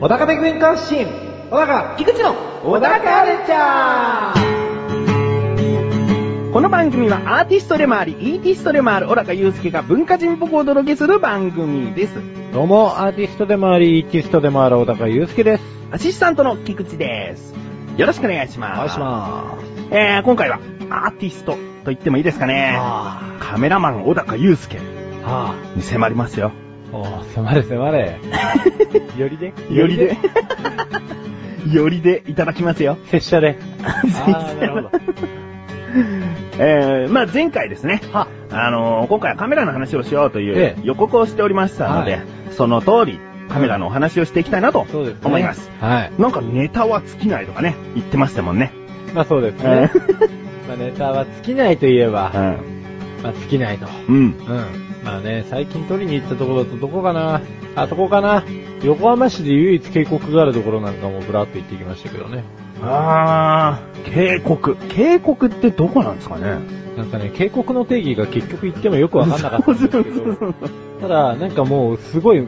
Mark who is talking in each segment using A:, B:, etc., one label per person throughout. A: 小高的文化発信小高菊池の小高カレンチャーこの番組はアーティストでもあり、イーティストでもある小高祐介が文化人っぽくお届けする番組です。
B: どうも、アーティストでもあり、イーティストでもある小高祐介です。
A: アシスタントの菊池です。よろしくお願いします。
B: お願いします。
A: す。えー、今回はアーティストと言ってもいいですかね。
B: あ
A: カメラマン小高祐介
B: あ、は
A: に迫りますよ。
B: あ、おー迫れ迫れ。 よりで
A: よりで。 よりでいただきますよ。
B: 拙者で。 あ
A: ーなるほど。えー、まあ前回ですね。
B: は、
A: あのー今回はカメラの話をしようとい
B: え
A: う
B: え
A: 予告をしておりましたので、
B: はい
A: その通りカメラのお話をしていきたいなと
B: そうです、ね。
A: 思います。。
B: はい。
A: なんかネタは尽きないとかね、言ってましたもんね。
B: まあそうですね。まあネタは尽きないといえば、まあ尽きないと。
A: うん。
B: うん。まあね、最近撮りに行ったところだとどこかなあ、そこかな横浜市で唯一渓谷があるところなんかもブラッと行ってきましたけどね。
A: あー、渓谷。渓谷ってどこなんですかね
B: なんかね、渓谷の定義が結局言ってもよくわかんなかったんですけど、ただ、なんかもう、すごい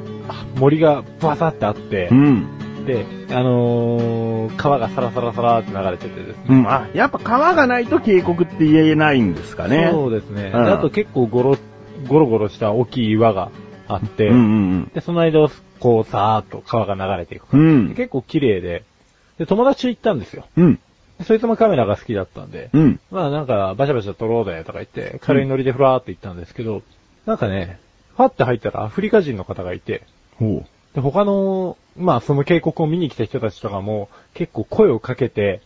B: 森がバサってあって
A: う、ん。
B: で、あのー、川がサラサラサラって流れててですね。
A: うん。あ、やっぱ川がないと渓谷って言えないんですかね。
B: そうですね。
A: うん
B: であと結構ゴロ、ゴロゴロした大きい岩があって、
A: うんうん
B: で、その間をこう、さーっと川が流れていく。
A: うん。うん。
B: 結構綺麗で、で、友達と行ったんですよ。
A: うん。
B: そいつもカメラが好きだったんで、
A: うん。
B: まあなんか、バシャバシャ撮ろうぜとか言って、軽いノリでふらーって行ったんですけど、なんかね、ファって入ったらアフリカ人の方がいて、
A: ほ
B: で、他の、まあその警告を見に来た人たちとかも、結構声をかけて、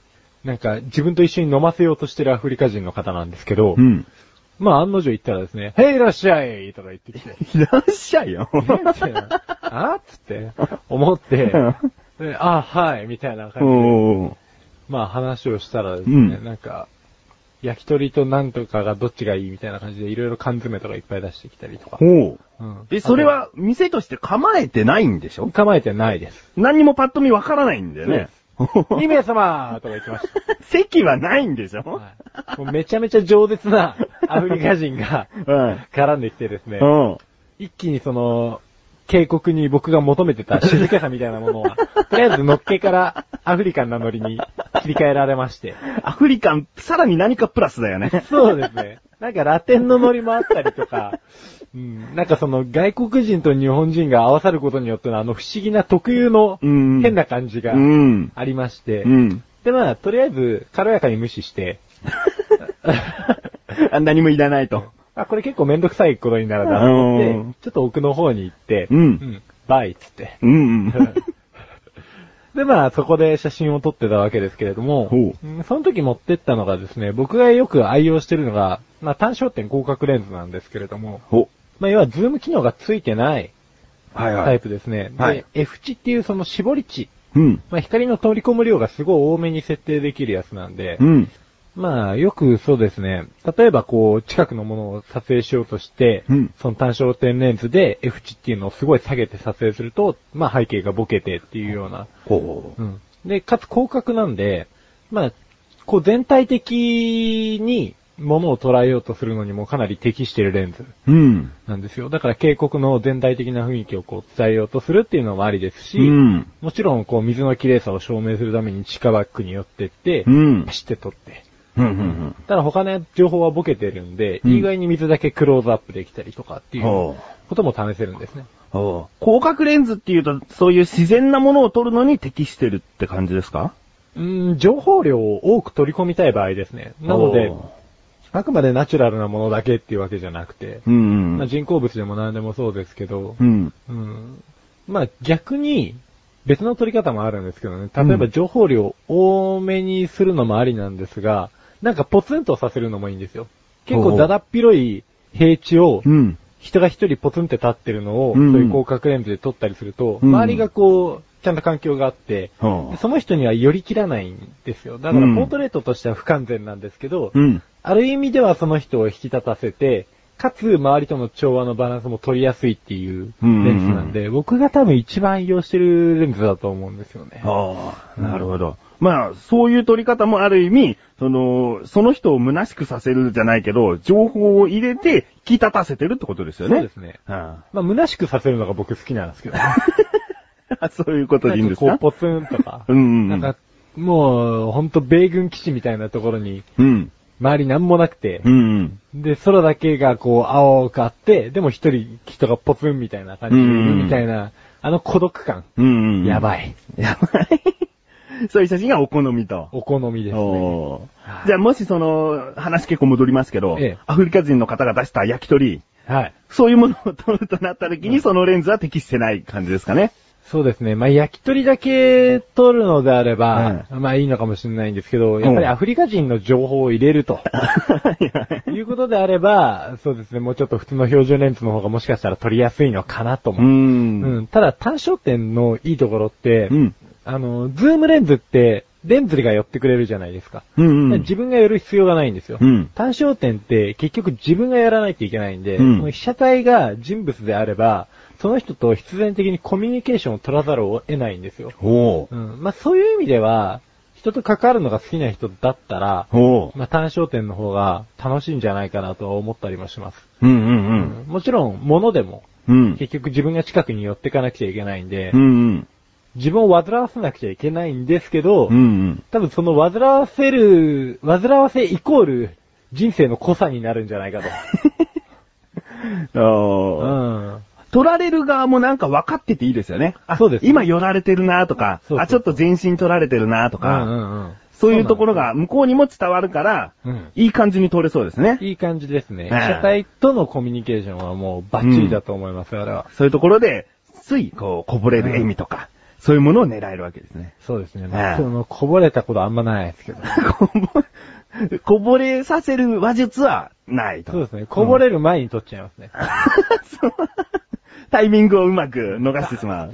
B: なんか自分と一緒に飲ませようとしてるアフリカ人の方なんですけど、
A: うん。
B: まあ案の定行ったらですね、へいいらっしゃいとか言ってきて、え
A: いらっしゃいよ。
B: みたいなあつって、思って、であはい、みたいな感じ で、
A: おー。
B: まあ話をしたらですね、
A: うん
B: なんか、焼き鳥となんとかがどっちがいいみたいな感じでいろいろ缶詰とかいっぱい出してきたりとか。
A: ほう。
B: うん
A: え、それは店として構えてないんでし
B: あと
A: ょ
B: 構えてない です。
A: 何にもパッと見わからないんだよね。
B: 2名様とか言ってまし。
A: 席はないんでしたょ
B: はい、もうめちゃめちゃ饒舌なアフリカ人が
A: うん。
B: 絡んできてですね
A: う、ん。
B: 一気にその、警告に僕が求めてた静けさみたいなものは、とりあえずのっけからアフリカンなノリに切り替えられまして。
A: アフリカン、さらに何かプラスだよね。
B: そうですね。なんかラテンのノリもあったり とか、うん、なんかその外国人と日本人が合わさることによってのあの不思議な特有の
A: うん
B: 変な感じが
A: うん。
B: ありまして、
A: うん。
B: でまあとりあえず軽やかに無視して、
A: あ 何もいらないと。
B: あ、これ結構めんどくさいことになるなと
A: う
B: 思っ
A: ん
B: て、ちょっと奥の方に行って、
A: うん
B: バイっつって。
A: うんうん。
B: で、まあ、そこで写真を撮ってたわけですけれども、
A: ほう
B: うんその時持ってったのがですね、僕がよく愛用してるのが、まあ、単焦点広角レンズなんですけれども、
A: お。
B: まあ、要はズーム機能がついてない
A: はい
B: タ
A: は
B: イ
A: い。
B: プですね。
A: はい
B: で、F 値っていうその絞り値、
A: うん。
B: まあ、光の通り込む量がすごい多めに設定できるやつなんで、
A: うん。
B: まあ、よくそうですね、例えばこう、近くのものを撮影しようとして、
A: うん
B: その単焦点レンズで F 値っていうのをすごい下げて撮影すると、まあ、背景がボケてっていうような、
A: ほ
B: うん。で、かつ広角なんで、まあ、こう全体的に物を捉えようとするのにもかなり適してるレンズ
A: う。うん。
B: なんですよ。だから渓谷の全体的な雰囲気をこう伝えようとするっていうのもありですし、
A: うん。
B: もちろんこう水の綺麗さを証明するために近バックに寄ってって、
A: うん
B: パ。シって撮って。
A: うんうん
B: ただ他の情報はボケてるんで、
A: うん
B: 意外に水だけクローズアップできたりとかって
A: うん。
B: いう
A: ほ
B: こ
A: う。
B: とも試せるんですね。
A: お広角レンズっていうと、そういう自然なものを撮るのに適してるって感じですか
B: うん、情報量を多く取り込みたい場合ですね。なので
A: お、ー
B: あくまでナチュラルなものだけっていうわけじゃなくて、
A: うんう
B: まあ、
A: ん。
B: 人工物でも何でもそうですけど
A: う、ん。
B: うんまあ逆に別の撮り方もあるんですけどね、例え
A: う
B: ば
A: ん
B: 情報量多めにするのもありなんですが、なんかポツンとさせるのもいいんですよ。結
A: ほ
B: 構
A: う
B: だだっ広い平地を
A: うん。
B: 人が一人ポツンって立ってるのを、
A: うん
B: そういう広角レンズで撮ったりすると、
A: うん
B: 周りがこう、ちゃんと環境があって、
A: ほ
B: でその人には寄り切らないんですよ。だからポートレートとしては不完全なんですけど、
A: う。うん。
B: ある意味ではその人を引き立たせて、かつ周りとの調和のバランスも取りやすいっていうレ
A: うんうんうん
B: ンズなんで、僕が多分一番愛用してるレンズだと思うんですよね。
A: ああ、なるほど。まあ、そういう取り方もある意味、その、その人を虚しくさせるじゃないけど、情報を入れて、引き立たせてるってことですよね。
B: そうですね。
A: あ
B: まあ、虚しくさせるのが僕好きなんですけど。
A: あ そういうことでいいんです
B: なん
A: か
B: かこう、ポツンとか。
A: うんう
B: なん
A: ん。
B: か、もう、ほんと米軍基地みたいなところに、
A: うん。
B: 周りなんもなくて、
A: うんうん。
B: で、空だけがこう、青くあって、でも一人人がポツンみたいな感じでいるみたいな、あの孤独感。
A: うんうん。
B: や
A: い。
B: ばい。
A: やばい。 そういう写真がお好みと。
B: お好みですね。
A: おーじゃあもしその、話結構戻りますけど、
B: ええ
A: アフリカ人の方が出した焼き鳥、
B: はい。
A: そういうものを取るとなった時にそのレンズは適してない感じですかね。
B: そうですね。まあ、焼き鳥だけ取るのであれば、まあいいのかもしれないんですけど、やっぱりアフリカ人の情報を入れる と。いうことであれば、そうですね、もうちょっと普通の標準レンズの方がもしかしたら取りやすいのかなと
A: うー。
B: 思う。うんん。ただ、単焦点のいいところって、
A: うん。
B: あの、ズームレンズって、レンズが寄ってくれるじゃないですか。
A: うんうん。
B: 自分が寄る必要がないんですよ。
A: うん
B: 単焦点って結局自分がやらないといけないんで、
A: うん
B: その被写体が人物であれば、その人と必然的にコミュニケーションを取らざるを得ないんですよ。
A: ほ
B: うん。まあそういう意味では、人と関わるのが好きな人だったら
A: う。、ほ
B: まあ単焦点の方が楽しいんじゃないかなとは思ったりもします。
A: う。うんうん
B: もちろん物でも、
A: うん。うん。
B: 結局自分が近くに寄っていかなくちゃいけないんで、
A: うんうん。
B: 自分を煩わせなくちゃいけないんですけど、
A: うんうん。
B: 多分その煩わせる、煩わせイコール人生の濃さになるんじゃないかと。
A: あー
B: うん。
A: 取られる側もなんか分かってていいですよね。あ
B: そうです
A: 今寄られてるなとか
B: そうそう
A: あ、ちょっと全身取られてるなと
B: うんう
A: か、
B: んうん。
A: そういうところが向こうにも伝わるから、
B: うん
A: いい感じに取れそうですね。
B: いい感じですね。被
A: ええ
B: 写体とのコミュニケーションはもうバッチリだと思います、あれは。
A: そういうところで、つい、こう、こぼれる笑みとか、そういうものを狙えるわけですね。
B: そうですね。
A: ええ
B: その、こぼれたことあんまないですけど。
A: こぼ、こぼれさせる話術はないと。
B: そうですね。こぼれる前に撮っちゃいますね。
A: そう タイミングをうまく逃してし まう。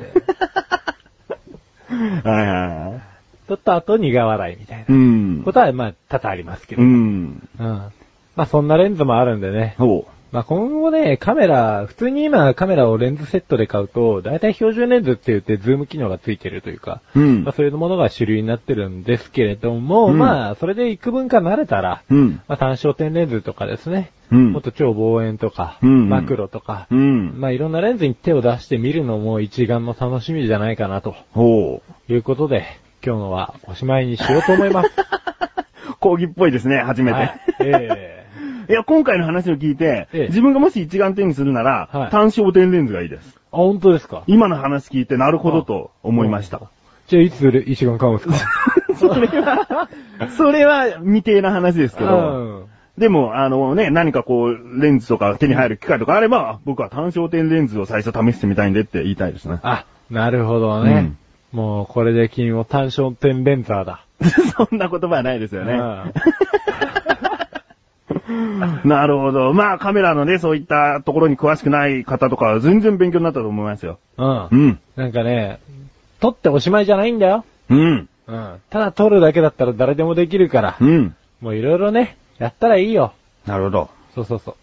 A: はいはいはい。
B: 撮った後苦笑いみたいうなんこ。とは、まあ、多々ありますけど。
A: う
B: うん。
A: ん。
B: まあ、そんなレンズもあるんでね。
A: ほ
B: まあ、今後ね、カメラ、普通に今カメラをレンズセットで買うと、だいたい標準レンズって言ってズーム機能がついてるというか、
A: う。うん
B: まあ、。そういうものが主流になってるんですけれども、
A: うん
B: まあ、それで幾分か慣れたら、
A: うん。
B: まあ、単焦点レンズとかですね、
A: うん
B: もっと超望遠とか、
A: うん
B: マクロとか、
A: うん。
B: まあ、いろんなレンズに手を出してみるのも一眼の楽しみじゃないかな、と
A: ほう。
B: いうことで、今日のはおしまいにしようと思い ます。
A: 講義っぽいですね、初め
B: はい
A: て。
B: ええ
A: いや、今回の話を聞いて、
B: ええ
A: 自分がもし一眼手にするなら、
B: はい
A: 単焦点レンズがいいです。
B: あ、本当ですか
A: 今の話聞いてなるほどと思いました。
B: じゃあ、いつ一眼買うんですか
A: それは、それは未定な話ですけど、
B: うん。
A: でも、あのね、何かこう、レンズとか手に入る機会とかあれば、僕は単焦点レンズを最初試してみたいんでって言いたいですね
B: あ、なるほどね。もう、これで君も単焦点レンザーだ。
A: そんな言葉はないですよ
B: う
A: ね。
B: ん
A: なるほど。まあ、カメラのね、そういったところに詳しくない方とかは全然勉強になったと思いますよ。
B: うん
A: う。ん。
B: なんかね、撮っておしまいじゃないんだよ。
A: うん。
B: うん。ただ撮るだけだったら誰でもできるから
A: う、ん。
B: もういろいろね、やったらいいよ。
A: なるほど。
B: そうそうそう。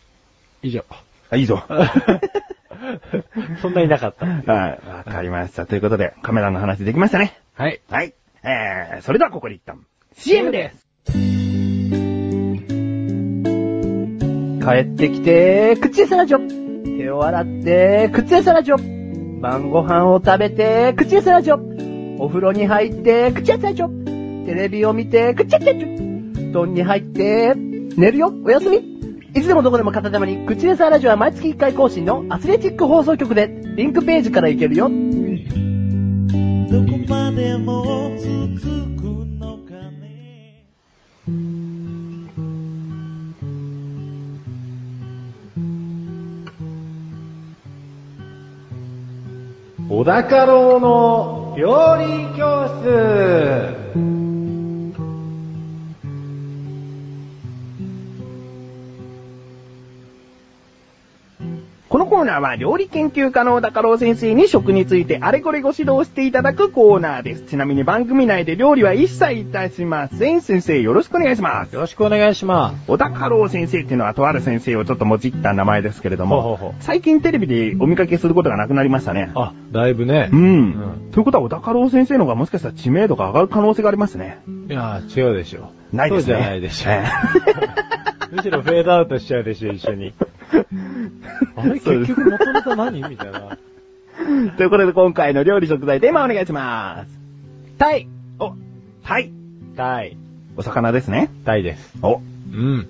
B: 以 上。
A: あ、いい ぞ。
B: そんなになかった。
A: はい。わかりました。ということで、カメラの話できましたね。
B: はい。
A: はい。えー、それではここで一旦、CM です
C: 帰ってきて、口餌ラジオ。手を洗って、口餌ラジオ。晩ご飯を食べて、口餌ラジオ。お風呂に入って、口餌ラジオ。テレビを見て、口餌ラジオ。布団に入って、寝るよ、おやすみ。いつでもどこでも片手間に、口餌ラジオは毎月1回更新のアスレチック放送局で、リンクページから行けるよ。
D: どこまでも続くのかね
B: 小高郎の料理教室
C: このコーナーは料理研究家の小高郎先生に食についてあれこれご指導していただくコーナーです。ちなみに番組内で料理は一切いたしません。先生よろしくお願いします。
B: よろしくお願いします。
A: 小田家老先生っていうのはとある先生をちょっともじった名前ですけれども、
B: ほうほうほう
A: 最近テレビでお見かけすることがなくなりましたね。
B: あ、だいぶね
A: う。ん。
B: う
A: ということは小田家老先生の方がもしかしたら知名度が上がる可能性がありますね。
B: いやー、違うでしょ。
A: ないですね。
B: そうじゃないでしょ。
A: え
B: むしろフェードアウトしちゃうでしょ、一緒 に。あれ、
A: そう
B: 結
A: です
B: 局元々何みたいな。
A: えということで今回の料理食材テーマお願いします。
C: タイ
A: お、タイ。
B: タイ。
A: お魚ですね。
B: タイです。
A: お、
B: うん。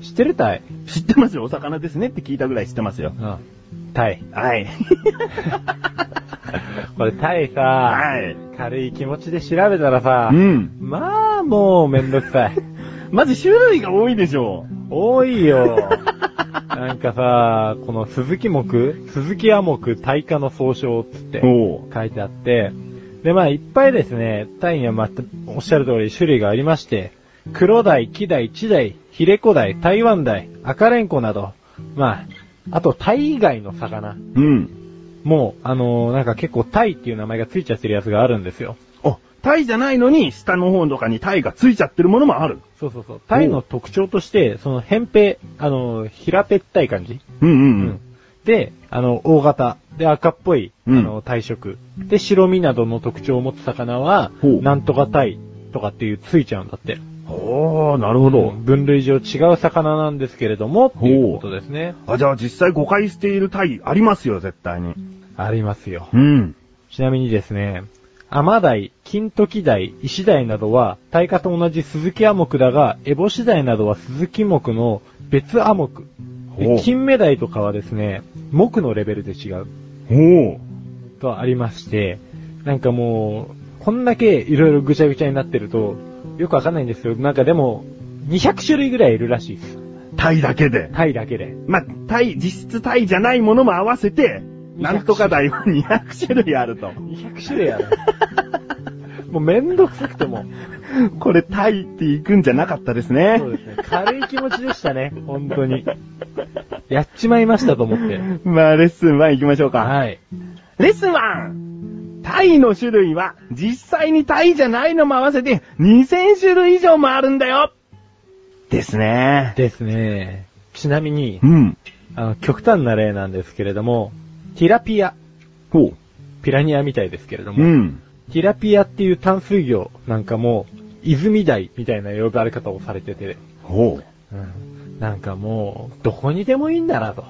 B: 知ってるタイ。
A: 知ってますよ。お魚ですねって聞いたぐらい知ってますよ。
B: うん。タイ。
A: はい。
B: これタイさ、
A: はい
B: 軽い気持ちで調べたらさ、
A: うん。
B: まあもうめんどく さい。
A: まず種類が多いでしょう。
B: 多いよ。なんかさ、この鈴木木、鈴木亜木大化の総称つって
A: おう
B: 書いてあって、で、まあいっぱいですね、タイにはまたおっしゃる通り種類がありまして、黒鯛、木鯛、地鯛、ヒレコ鯛、台湾鯛、赤レンコなど、まあ、あとタイ以外の魚
A: うん。
B: も、あのーなんか結構タイっていう名前がついちゃってるやつがあるんですよ。
A: お、タイじゃないのに下の方とかにタイがついちゃってるものもある。
B: そうそうそう。タイの特徴として、その扁平、あのー平べったい感じ。
A: うんう
B: うんん。で、あの、大型。で、赤っぽい、あ
A: うん
B: の、体色。で、白身などの特徴を持つ魚は、
A: ほう
B: なんとかタイとかっていうついちゃうんだって。
A: うん。おー、なるほど。
B: 分類上違う魚なんですけれども、っていうことですね。
A: あ、じゃあ実際誤解しているタイありますよ、絶対に。
B: ありますよ。
A: うん。
B: ちなみにですね、アマダイ、金時鯛、石鯛などは、タイ科と同じ鈴木アモクだが、エボシ鯛などは鈴木木の別アモク。で
A: ほう
B: 金目鯛とかはですね、木のレベルで違う。
A: おー。
B: とありまして、なんかもう、こんだけいろいろぐちゃぐちゃになってると、よくわかんないんですよ。なんかでも、200種類ぐらいいるらしいです。
A: タイだけで。
B: タイだけで。
A: まあ、タイ、実質タイじゃないものも合わせて、なんとか台は200種類あると。
B: 200種類やる。 もうめんどくさくても。
A: これタイって行くんじゃなかったですね
B: そ。うですね。軽い気持ちでしたね。本当に。やっちまいましたと思って。
A: まあ、レッスン1行きましょうか。
B: はい。
A: レッスン 1! タイの種類は、実際にタイじゃないのも合わせて、2000種類以上もあるんだよですね。
B: ですね。ちなみに
A: う、ん。
B: あの、極端な例なんですけれども、ティラピア、
A: ほ
B: ピラニアみたいですけれど
A: う。
B: も、
A: うん。
B: ティラピアっていう淡水魚なんかも、泉台みたいな呼ばれ方をされてて、
A: ほう。
B: うん、なんかもう、どこにでもいいんだな と。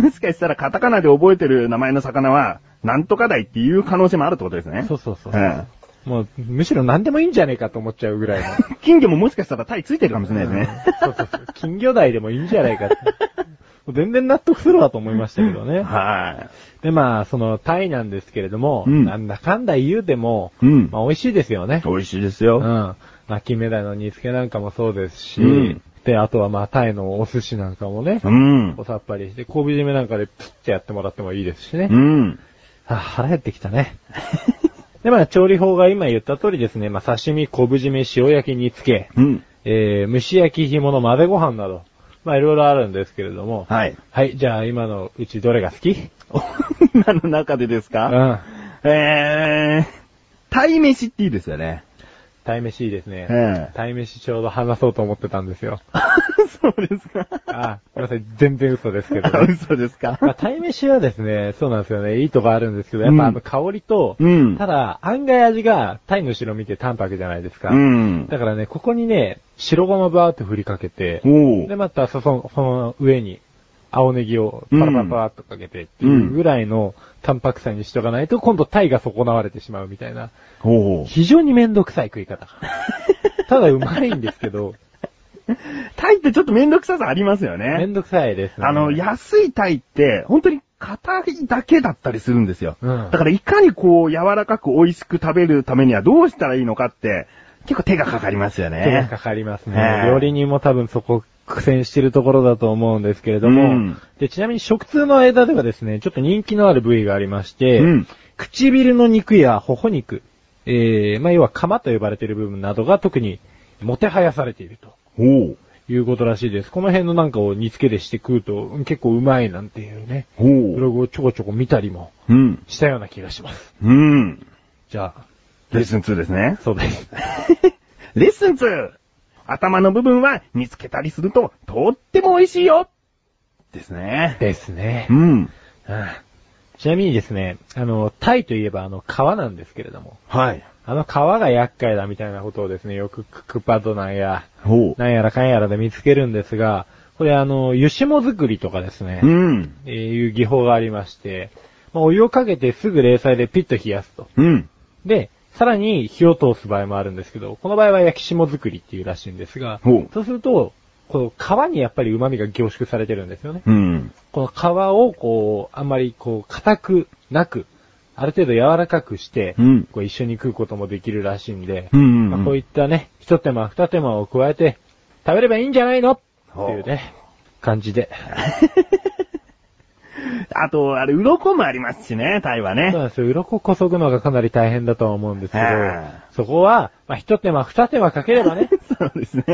A: もしかしたらカタカナで覚えてる名前の魚は、なんとかダイっていう可能性もあるってことですね。
B: そうそうそう。
A: うん。
B: もう、むしろ何でもいいんじゃねえかと思っちゃうぐらいの。
A: 金魚ももしかしたらタイついてるかもしれないですね。
B: そうそうそう。金魚台でもいいんじゃないかって。もう全然納得するわと思いましたけどね。
A: は
B: で、まあ、その、タイなんですけれども、
A: うん
B: なんだかんだ言うても、
A: い。うん。
B: まあ、美味しいですよね。
A: 美味しいです
B: う
A: よ。
B: ん。まあ、金目鯛の煮付けなんかもそうですし、
A: うん
B: で、あとはまあ、タイのお寿司なんかもね、
A: うん
B: お。さっぱりして、昆布締めなんかでプッてやってもらってもいいですしね。
A: うん。
B: あ腹減ってきたね。 で、まあ、調理法が今言った通りですね、まあ、刺身、昆布締め、塩焼き、煮付
A: う
B: け、
A: ん。
B: えー、蒸し焼き、干物、混ぜご飯など、まあ、いろいろあるんですけれども、
A: はい。
B: はい、じゃあ今のうちどれが好き
A: 女の中でです
B: う
A: か
B: ん。
A: えー、タイ飯っていいですよね。
B: 鯛飯いいですね。
A: え
B: 鯛飯ちょうど話そうと思ってたんですよ。
A: え。そうですか。
B: あ、すいません、全然嘘ですけど、
A: あ
B: ね。
A: 嘘ですか
B: まあ、鯛飯はですね、そうなんですよね、いいとこあるんですけど、やっ
A: うん
B: ぱあの香りと、
A: うん
B: ただ、案外味が鯛の白身って淡白じゃないですか。
A: うん。
B: だからね、ここにね、白ごまバーって振りかけて、
A: お
B: で、
A: う。
B: またその、その上に、青ネギをパラパラパラっとかけてっていうぐらいの淡白さにしとかないと、今度鯛が損なわれてしまうみたいな、
A: おう。
B: 非常にめんどくさい食 い方。ただうまいんですけど、
A: タイってちょっとめんどくささありますよ
B: め
A: ね。
B: んどくさいですね。
A: あの、安いタイって、本当に硬いだけだったりするんですよ。
B: うん
A: だからいかにこう柔らかく美味しく食べるためにはどうしたらいいのかって、結構手がかかりますよね。
B: 手がかかりますね
A: ね。え
B: 料理人も多分そこ苦戦してるところだと思うんですけれども、
A: うん
B: でちなみに食通の間ではですね、ちょっと人気のある部位がありまして、
A: うん
B: 唇の肉や頬肉、えー、まあ、要は釜と呼ばれている部分などが特にもてはやされていると
A: おう。
B: いうことらしいです。この辺のなんかを煮付けでして食うと結構うまいなんていうね、
A: ほ
B: ブ
A: う。
B: ログをちょこちょこ見たりも
A: うん。
B: したような気がします。
A: うん。
B: じゃあ、
A: レッスン2ですね。
B: そうです。
A: レッスン 2! 頭の部分は煮つけたりするととっても美味しいよですね。
B: ですね
A: う。ん。
B: うんちなみにですね、あの、タイといえばあの皮なんですけれども、
A: はい。
B: あの皮が厄介だみたいなことをですね、よくクックパッドなんや、
A: ほう。
B: なんやらかんやらで見つけるんですが、これあの、湯霜作りとかですね、
A: うん。
B: えーいう技法がありまして、まあ、お湯をかけてすぐ冷水でピッと冷やすと。
A: うん。
B: で、さらに火を通す場合もあるんですけど、この場合は焼き霜作りっていうらしいんですが
A: ほう、
B: そうすると、この皮にやっぱり旨味が凝縮されてるんですよね。
A: うん。
B: この皮をこう、あんまりこう、硬くなく、ある程度柔らかくして、
A: うん
B: こう一緒に食うこともできるらしいんで、
A: うんうんうん
B: まあこういったね、一手間二手間を加えて、食べればいいんじゃないのっていうね、感じで。
A: あと、あれ、鱗もありますしね、タイは
B: そう
A: ね。
B: なんですよ。鱗こそぐのがかなり大変だとは思うんですけど
A: あ、
B: そこは、まあ、一手間二手間かけれ ばね、
A: そうですね。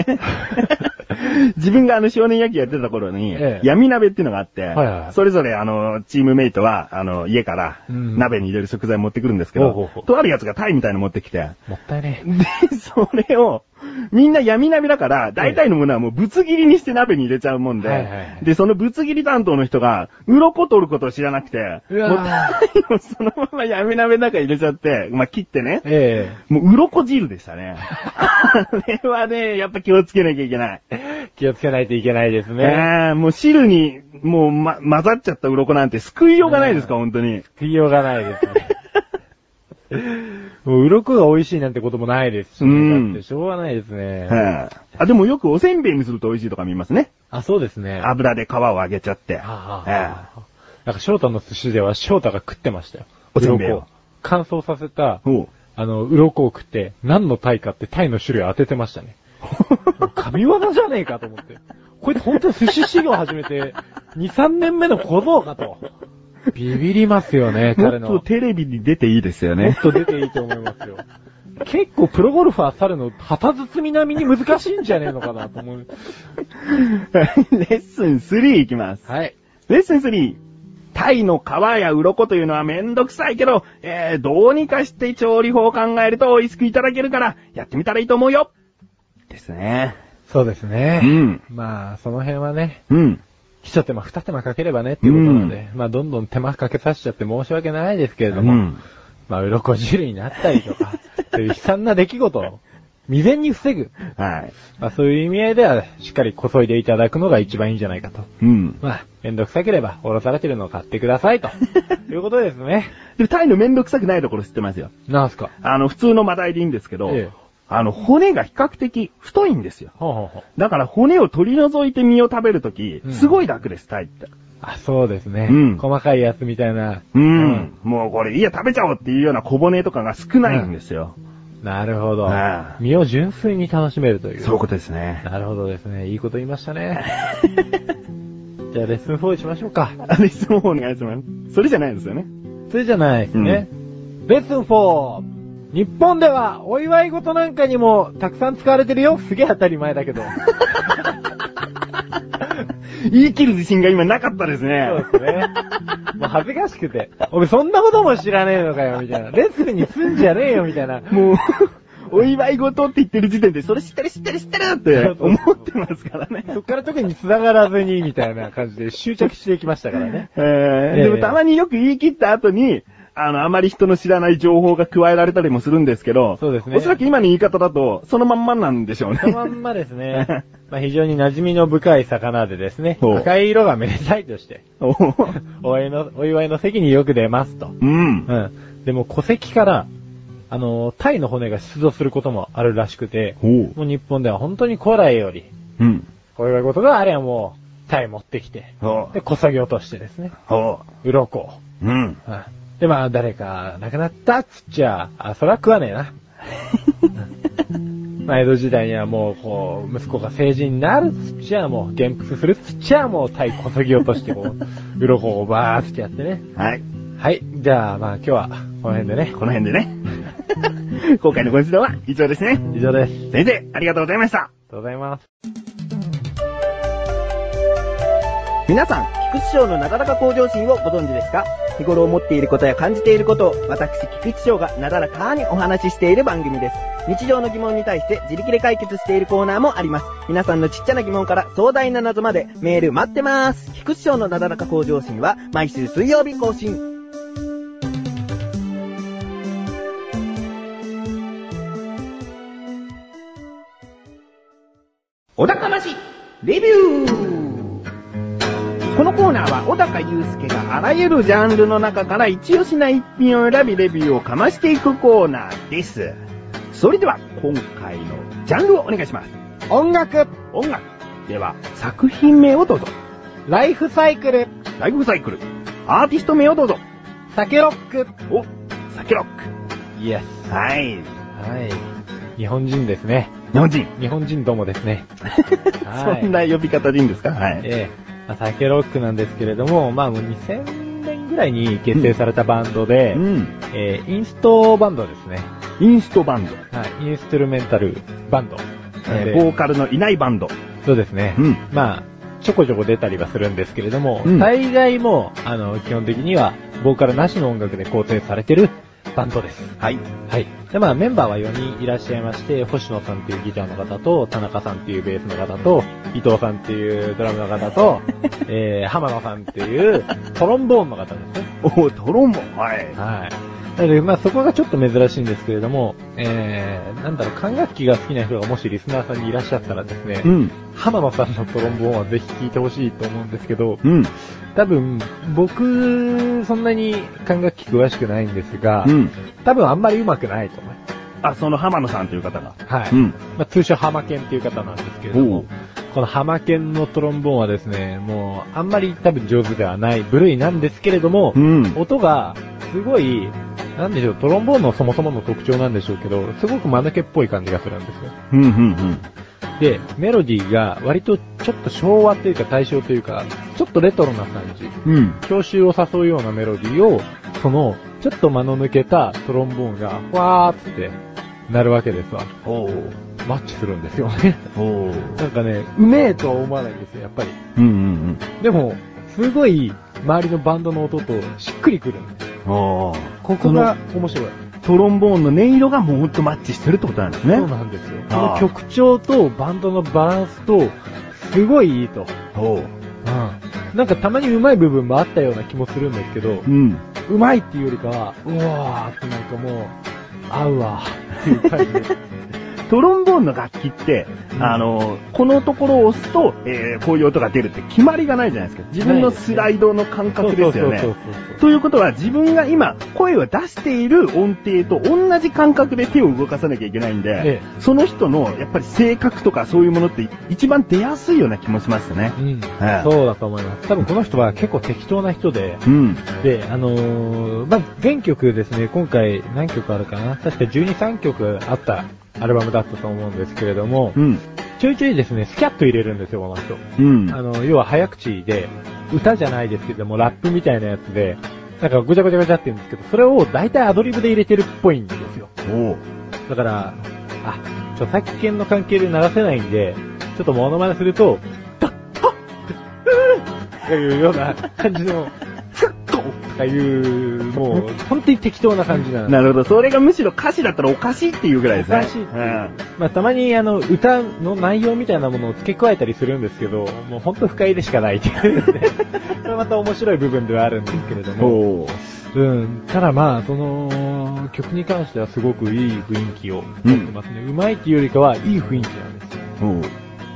A: 自分があの少年野球やってた頃に、
B: ええ
A: 闇鍋っていうのがあって、
B: はいはい
A: それぞれあの、チームメイトは、あの、家から、
B: うん
A: 鍋に入れる食材持ってくるんですけど、
B: ほうほうほう
A: とあるやつがタイみたいの持ってきて、
B: もったいね
A: で、それを、みんな闇鍋だから、大体のものはもうぶつ切りにして鍋に入れちゃうもんで、
B: はいはいはい
A: で、そのぶつ切り担当の人が、鱗取ることを知らなくて、
B: うわ
A: もう鯛をそのまま闇鍋の中に入れちゃって、まあ、切ってね
B: え。、え
A: もう鱗汁でしたね。あれはね、やっぱ気をつけなきゃいけない。
B: え気をつけないといけないです
A: ね
B: ね。
A: えもう汁に、もう、ま、混ざっちゃった鱗なんて救いようがないですか、本当に。
B: 食いようがないで すね。もう、鱗が美味しいなんてこともないですし、
A: うん
B: だってしょうがないですね。
A: はいあ、でもよくおせんべいにすると美味しいとか見ますね。
B: あ、そうですね。は
A: 油で皮を揚げちゃって。
B: あはあ
A: ええ
B: はあなんか、翔太の寿司では翔太が食ってましたよ。
A: おせんべいを
B: 鱗乾燥させた、
A: おう
B: あの、鱗を食って、何のタイかってタイの種類当ててました ね。神業じゃねえかと思って。これで本当に寿司修行始めて、2、3年目の小僧 かと。ビビりますよね、
A: も
B: 彼
A: っ
B: の。
A: とテレビに出ていいですよ
B: もっ
A: ね。
B: と出ていいと思いますよ。結構プロゴルファー猿の旗包み並みに難しいんじゃねえのかなと思う。
A: レッスン3いきます。
B: はい。
A: レッスン 3! タイの皮や鱗というのはめんどくさいけど、えー、どうにかして調理法を考えると美味しくいただけるから、やってみたらいいと思うよですね。
B: そうですね
A: うん
B: まあ、その辺はね、
A: うん。
B: 一手間二手間かければねっていうことなので、まあ、どんどん手間かけさせちゃって申し訳ないですけれども、
A: うん
B: まあ、鱗汁になったりと か、そういう悲惨な出来事を未然に防ぐ。
A: はい。
B: まあ、そういう意味合いでは、しっかりこそいでいただくのが一番いいんじゃないかと。
A: うん。
B: まあ、めんどくさければ、おろされてるのを買ってください と。いうことですね。
A: で、タイのめんどくさくないところ知ってますよ。
B: なんすか
A: あの、普通のマダイでいいんですけど、
B: ええ
A: あの、骨が比較的太いんですよ。
B: ほうほうほう。
A: だから骨を取り除いて身を食べるとき、すごい楽です、タイって。
B: あ、そうですね。
A: うん
B: 細かいやつみたいな。
A: うん。もうこれ、いいや、食べちゃおうっていうような小骨とかが少ないんですよ。
B: なるほど
A: ああ。
B: 身を純粋に楽しめるという。
A: そういうことですね。
B: なるほどですね。いいこと言いまし たね。じゃあレッスン4にしましょうか。
A: あの質問をお願いします。それじゃないですよね。
B: それじゃないですね。レッスン 4! 日本ではお祝い事なんかにもたくさん使われてるよ。すげえ当たり前だけど。
A: 言い切る自信が今なかったですね。
B: そうですね。もう恥ずかしくて。俺そんなことも知らねえのかよ、みたいな。レッスンにすんじゃねえよ、みたいな。
A: もう、 お祝い事って言ってる時点で、それ知ってる知ってる知ってるって思ってますからね。
B: そっから特に繋がらずに、みたいな感じで執着していきましたからね。
A: えー、でもたまによく言い切った後に、あの、あまり人の知らない情報が加えられたりもするんですけど、
B: そうですね
A: おそらく今の言い方だと、そのまんまなんでしょうね
B: そ。のまんまです ね。まあ非常に馴染みの深い魚でですね、
A: ほう
B: 赤い色がめでたいとして、
A: おー
B: お祝いの、お祝いの席によく出ますと。
A: うん。
B: うん。でも戸籍から、あの、タイの骨が出土することもあるらしくて、
A: おう。
B: もう日本では本当に古来より、
A: うん。
B: こういうことがあれはもう、タイ持ってきて、
A: おう
B: で、小作ぎ落としてですね、
A: おう。
B: 鱗を。
A: うん。
B: うんで、まあ、誰か亡くなったっつっちゃ、あ、そら食わねえ な。まあ、江戸時代にはもう、こう、息子が成人になるっつっちゃ、もう、元服するっつっちゃ、もう、体こそぎ落として、こう、鱗をバーっつってやってね。
A: はい。
B: はい。じゃあ、まあ、今日は、この辺でね。
A: この辺でね。今回のご指導は以上ですね。
B: 以上です。あ
A: 先
B: り
A: 生、ありがとうございました。
B: がとうございます。
A: 皆さん、菊池賞のなだらか向上心をご存知ですか日頃思っていることや感じていることを、私、菊池翔がなだらかにお話ししている番組です。日常の疑問に対して自力で解決しているコーナーもあります。皆さんのちっちゃな疑問から壮大な謎までメール待ってます。菊池翔のなだらか向上心は毎週水曜日更新。小高まし、レビューこのコーナーは小高祐介があらゆるジャンルの中から一押しな一品を選びレビューをかましていくコーナーです。それでは今回のジャンルをお願いします。
B: 音楽、
A: 音楽。では作品名をどうぞ。
B: ライフサイクル、
A: ライブサイクル。アーティスト名をどうぞ。
B: 酒ロック。
A: お、サケロッ
B: イエス。
A: ク。はい。
B: はい。日本人ですね。
A: 日本人。
B: 日本人どもで すね。はい
A: そんな呼び方でいいんですかはい。
B: ええまあ、酒ロックなんですけれども、まあ、もう2000年ぐらいに結成されたバンドで、
A: うん。
B: えーインストバンドですね。
A: インストバンド。
B: はい、インストゥルメンタルバンド。
A: えー
B: で
A: ボーカルのいないバンド。
B: そうですね。
A: うん
B: まあ、ちょこちょこ出たりはするんですけれども、
A: うん
B: 大概もう、あの、基本的には、ボーカルなしの音楽で構成されてるバンドです。
A: はい。
B: はい。で、まあ、メンバーは4人いらっしゃいまして、星野さんっていうギターの方と、田中さんっていうベースの方と、伊藤さんっていうドラムの方と、 えー、浜野さんっていうトロンボーンの方ですね。
A: おトロンボ。はい。
B: はい。なので、まあそこがちょっと珍しいんですけれども、えー、なんだろう、管楽器が好きな人がもしリスナーさんにいらっしゃったらですね、
A: うん。
B: 浜野さんのトロンボーンはぜひ聴いてほしいと思うんですけど、
A: うん。
B: 多分、僕、そんなに管楽器詳しくないんですが、
A: うん。
B: 多分あんまり上手くないと思います。
A: あ、その浜野さんという方が。
B: はい。
A: うん。
B: まあ、通称浜県っていう方なんですけれど
A: おう
B: も、この浜県のトロンボーンはですね、もうあんまり多分上手ではない部類なんですけれども、
A: うん。
B: 音がすごい、なんでしょう、トロンボーンのそもそもの特徴なんでしょうけど、すごく間抜けっぽい感じがするんですよ。
A: うん。うん。
B: で、メロディーが割とちょっと昭和というか大正というか、ちょっとレトロな感じ。
A: うん。うん。
B: 教習を誘うようなメロディーを、その、ちょっと間の抜けたトロンボーンが、わーっつって、なるわけですわ。
A: おう。
B: マッチするんですよ ね。
A: おう。
B: なんかね、うめえとは思わないんですよ、やっぱり。
A: うん。
B: でも、すごい、周りのバンドの音としっくりくるんです。
A: うん。おう。
B: ここが面白い。
A: トロンボーンの音色がもうほんとマッチしてるってことなんですね。
B: そうなんですよ。こ
A: あ
B: の
A: あ
B: 曲調とバンドのバランスと、すごいいいと。
A: おう。
B: うん。なんかたまに上手い部分もあったような気もするんですけど
A: う、ん。
B: 上手いっていうよりかは、うわーってなんかもう、合 うわーっていう感じで。
A: トロンボーンの楽器って、
B: うん
A: あの、このところを押すと、えーこういう音が出るって決まりがないじゃないですか。自分のスライドの感覚ですよね。
B: そうそうそう
A: ということは自分が今声を出している音程と同じ感覚で手を動かさなきゃいけないんで、
B: え
A: その人のやっぱり性格とかそういうものって一番出やすいような気もしますね
B: そ。う。うん。
A: ええ
B: そうだと思います。多分この人は結構適当な人で、
A: うん。
B: で、あのー、まあ、原曲ですね、今回何曲あるかな確か12、3曲あったアルバムだったと思うんですけれども、
A: うん。
B: ちょいちょいですね、スキャット入れるんですよ、この人。
A: うん。
B: あの、要は早口で、歌じゃないですけども、ラップみたいなやつで、なんかごちゃごちゃごちゃって言うんですけど、それを大体アドリブで入れてるっぽいんですよ。
A: おう
B: だから、あ、著作権の関係で鳴らせないんで、ちょっとモノマネすると、タッタッというような感じの、
A: ふっこと
B: かいう、もう、本当に適当な感じなんです
A: なるほど。それがむしろ歌詞だったらおかしいっていうぐらいですね。
B: おかしいっていう
A: うん
B: まあ、たまに、あの、歌の内容みたいなものを付け加えたりするんですけど、もうほんと不快でしかないっていうね。これまた面白い部分ではあるんですけれども。
A: おう
B: うん。ただまあ、その、曲に関してはすごくいい雰囲気を持ってますね。うまいっていうよりかは、いい雰囲気なんですよ。
A: おう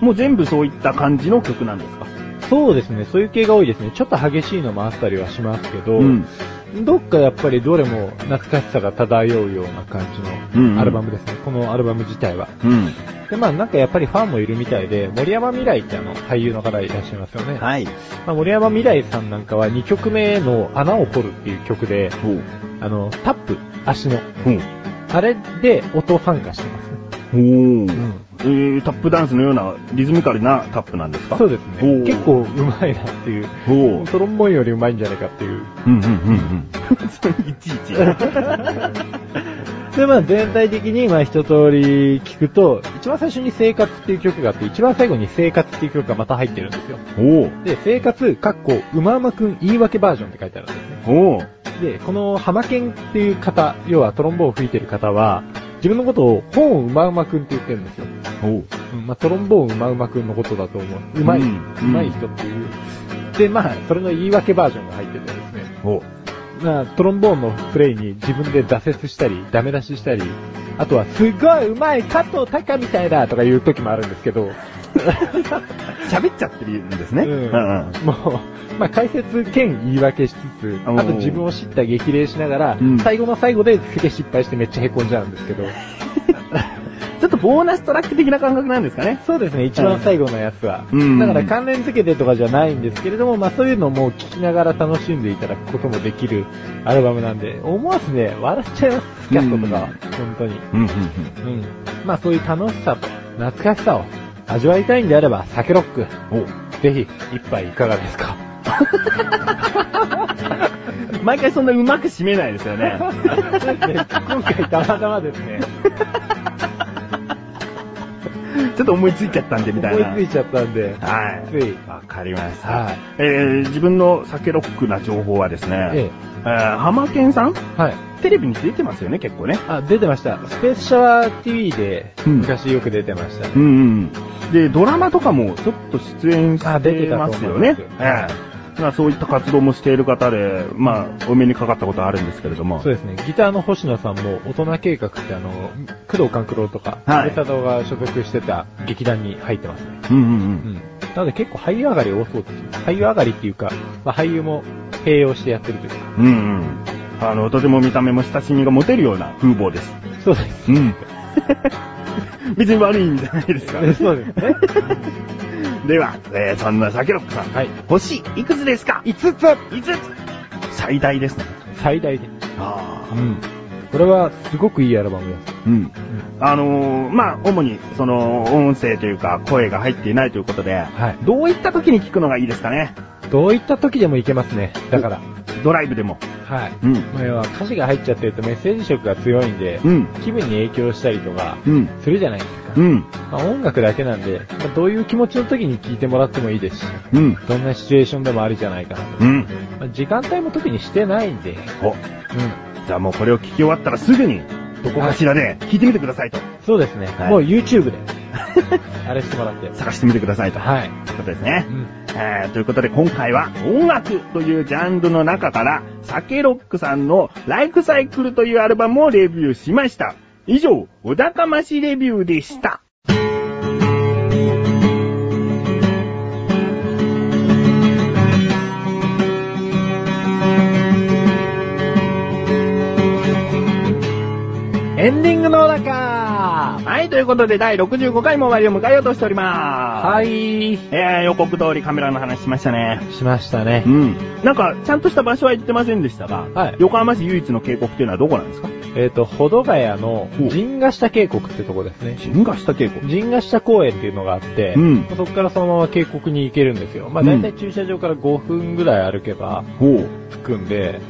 A: もう全部そういった感じの曲なんですか
B: そうですね、そういう系が多いですね。ちょっと激しいのもあったりはしますけど、
A: うん
B: どっかやっぱりどれも懐かしさが漂うような感じ
A: うんうん
B: のアルバムですね。このアルバム自体は。
A: うん。
B: で、まあなんかやっぱりファンもいるみたいで、森山未来ってあの俳優の方いらっしゃいますよね。
A: はい。
B: まあ、森山未来さんなんかは2曲目の穴を掘るっていう曲で、
A: おう
B: あの、タップ、足の、
A: うん。
B: あれで音参加してますね。
A: おーえー、タップダンスのようなリズミカルなタップなんですか
B: そうです
A: お
B: ね。
A: ー
B: 結構上手いなっていう。
A: おお
B: トロンボーンより上手いんじゃないかっていう。
A: うんうんうんうん。いちいち。
B: で、まあ全体的に、まあ一通り聞くと、一番最初に生活っていう曲があって、一番最後に生活っていう曲がまた入ってるんですよ。
A: お
B: で、生活、かっこ、うまうまくん言い訳バージョンって書いてあるんですね。
A: おおう
B: で、この浜県っていう方、要はトロンボーンを吹いてる方は、自分のことを本うまうまくんって言ってるんですよ。
A: おう
B: うんまあ、トロンボーンうまうまくんのことだと思う。うまい、
A: う
B: うんまい人っていう。で、まあ、それの言い訳バージョンが入っててですね。
A: おう
B: まあ、トロンボーンのプレイに自分で挫折したり、ダメ出ししたり、あとは、すごいうまい加藤隆みたいだとか言う時もあるんですけど、
A: 喋っちゃってるんですね。
B: うん
A: うん
B: もう、まあ、解説兼言い訳しつつ、
A: おー
B: あと自分を叱咤激励しながら、
A: うん
B: 最後の最後で付け失敗してめっちゃ凹んじゃうんですけど、
A: ちょっとボーナストラック的な感覚なんですかね。
B: そうですね、一番最後のやつは。
A: うん
B: だから関連付けてとかじゃないんですけれども、まあそういうのも聞きながら楽しんでいただくこともできるアルバムなんで、思わずね、笑っちゃいます、スキャットとかは。本当に。
A: うんうん
B: うん。まあそういう楽しさと、懐かしさを味わいたいんであれば、酒ロック、
A: うん。おう
B: ぜひ一杯いかがですか
A: 毎回そんなうまく締めないですよ ね。
B: 今回たまたまですね、
A: ちょっと思いついちゃったんで、みたいな。
B: 思いついちゃったんで、
A: はい。
B: つい。
A: わかりました。
B: はい
A: えー、自分の酒ロックな情報はですね、
B: え
A: えー、浜健さん
B: え、はい。
A: テレビに出てますよね、結構ね。
B: あ、出てました。スペースシャワー TV で、
A: うん
B: 昔よく出てましたね。
A: うんうん。で、ドラマとかもちょっと出演
B: あ
A: し
B: 出て
A: て
B: たと
A: ま
B: 思いますす
A: よね。
B: は
A: ええまあそういった活動もしている方で、まあ、お目にかかったことあるんですけれども。
B: そうですね。ギターの星野さんも、大人計画ってあの、工藤官九郎とか、
A: はい
B: 安倍貞夫が所属してた劇団に入ってますね。
A: うんう
B: うんん。なので結構俳優上がり多そうですね。俳優上がりっていうか、まあ、俳優も併用してやってるというか。
A: うん。うんうん。あの、とても見た目も親しみが持てるような風貌です。
B: そうです。
A: うん。 別に悪いんじゃないですか。
B: そうですね。
A: では、えー、そんな酒ロックさん。
B: はい。
A: 星、いくつですか
B: 5つ
A: いつ最大ですね。
B: 最大で。
A: あ
B: うん。これはすごくいいアルバムです。
A: うん。あのー、まあ、主に、その、音声というか、声が入っていないということで、
B: はい
A: どういった時に聞くのがいいですかね
B: どういった時でもいけますね。だから。
A: ドライブでも。
B: はい。
A: うん
B: まあ要は歌詞が入っちゃってるとメッセージ色が強いんで、
A: うん。
B: 気分に影響したりとか、
A: うん。
B: するじゃないですか。
A: うん。
B: まあ、音楽だけなんで、まあどういう気持ちの時に聴いてもらってもいいですし、
A: うん。
B: どんなシチュエーションでもありじゃないかなと。
A: うん。
B: まあ時間帯も特にしてないんで、
A: お、
B: うん。
A: じゃあもうこれを聞き終わったらすぐに、どこかしらで聞いてみてくださいと。
B: そうですね。
A: はい
B: もう YouTube で、あれしてもらって。
A: 探してみてくださいと。
B: はい。
A: ということですね
B: う。ん。
A: えーということで今回は音楽というジャンルの中から、サケロックさんのライフサイクルというアルバムをレビューしました。以上、お高ましレビューでした。
B: エンディングの中は
A: はい、ということで第65回も終わりを迎えようとしております。い。
B: い。
A: えー、予告通りカメラの話しましたね。
B: しましたね
A: う。ん。なんか、ちゃんとした場所は言ってませんでしたが、
B: はい
A: 横浜市唯一の渓谷というのはどこなんですか
B: えっ、と、保土ヶ谷の
A: お
B: 陣ヶ下渓谷ってとこですね。
A: 神河下渓谷。
B: 陣ヶ下公園っていうのがあって、
A: うん
B: そこからそのまま渓谷に行けるんですよ。まあ
A: うん
B: 大体駐車場から5分ぐらい歩けば
A: ほう。
B: 着くんで、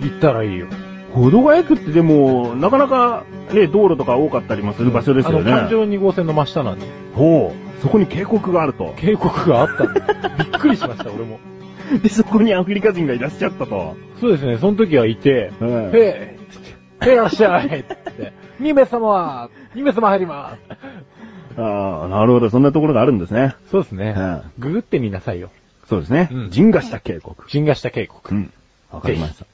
B: 行ったらいいよ。
A: 保土ヶ谷区ってでも、なかなか、ね、道路とか多かったりもする場所ですよね。
B: あの、環状2号線の真下なんで、
A: ほう。そこに渓谷があると。
B: 渓谷があったんで、びっくりしました、俺も。
A: で、そこにアフリカ人がいらっしゃったと。
B: そうですね、その時はいて、
A: うん
B: へえ、へいらっしゃいっ つって、2名様は、2名様入りま
A: ああ、なるほど。そんなところがあるんですね。
B: す。そうですね
A: うん
B: ググってみなさいよ。
A: そうですね。
B: うん
A: 神河下渓谷。
B: 陣ヶ下渓
A: う
B: 谷。
A: ん。わかりました。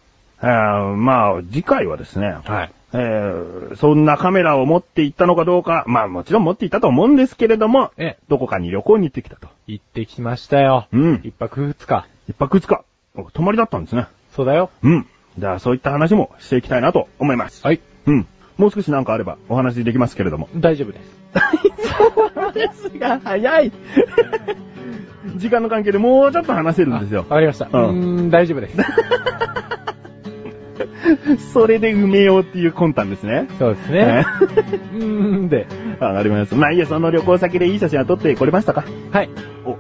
A: あーまあ、次回はですね、
B: はい。
A: えー、そんなカメラを持って行ったのかどうか、まあもちろん持っていたと思うんですけれども、
B: ええ
A: どこかに旅行に行ってきたと。
B: 行ってきましたよ。
A: うん
B: 一泊二日。
A: 一泊二日、お泊まりだったんですね。
B: そうだよ。
A: うん。じゃあそういった話もしていきたいなと思います。
B: はい。
A: うん。もう少しなんかあればお話できますけ れども。
B: 大丈夫です。
A: ですが、早い 時間の関係でもうちょっと話せるんですよ
B: あわ。かりました。う
A: うん
B: ーん、大丈夫です。
A: それで埋めようっていう魂胆ですね。
B: そうです
A: え
B: ね。うーんで、
A: えわかります。まあいいや、その旅行先でいい写真は撮ってこれましたか
B: はい。
A: お、
B: うん、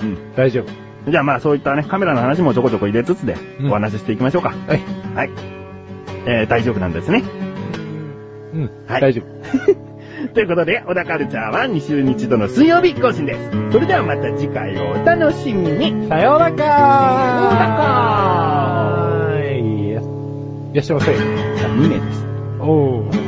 A: うん。
B: 大丈夫。
A: じゃあまあそういったね、カメラの話もちょこちょこ入れつつで、
B: うん
A: お話ししていきましょうか。
B: はい。
A: はい。えー、大丈夫なんですね。
B: うん。
A: はい
B: 大丈夫。
A: ということで、小田カルチャーは2週に一度の水曜日更新です。それではまた次回をお楽しみに。
B: さようなかー
A: さ
B: いらっしゃいませ。
A: 2名です。
B: おー。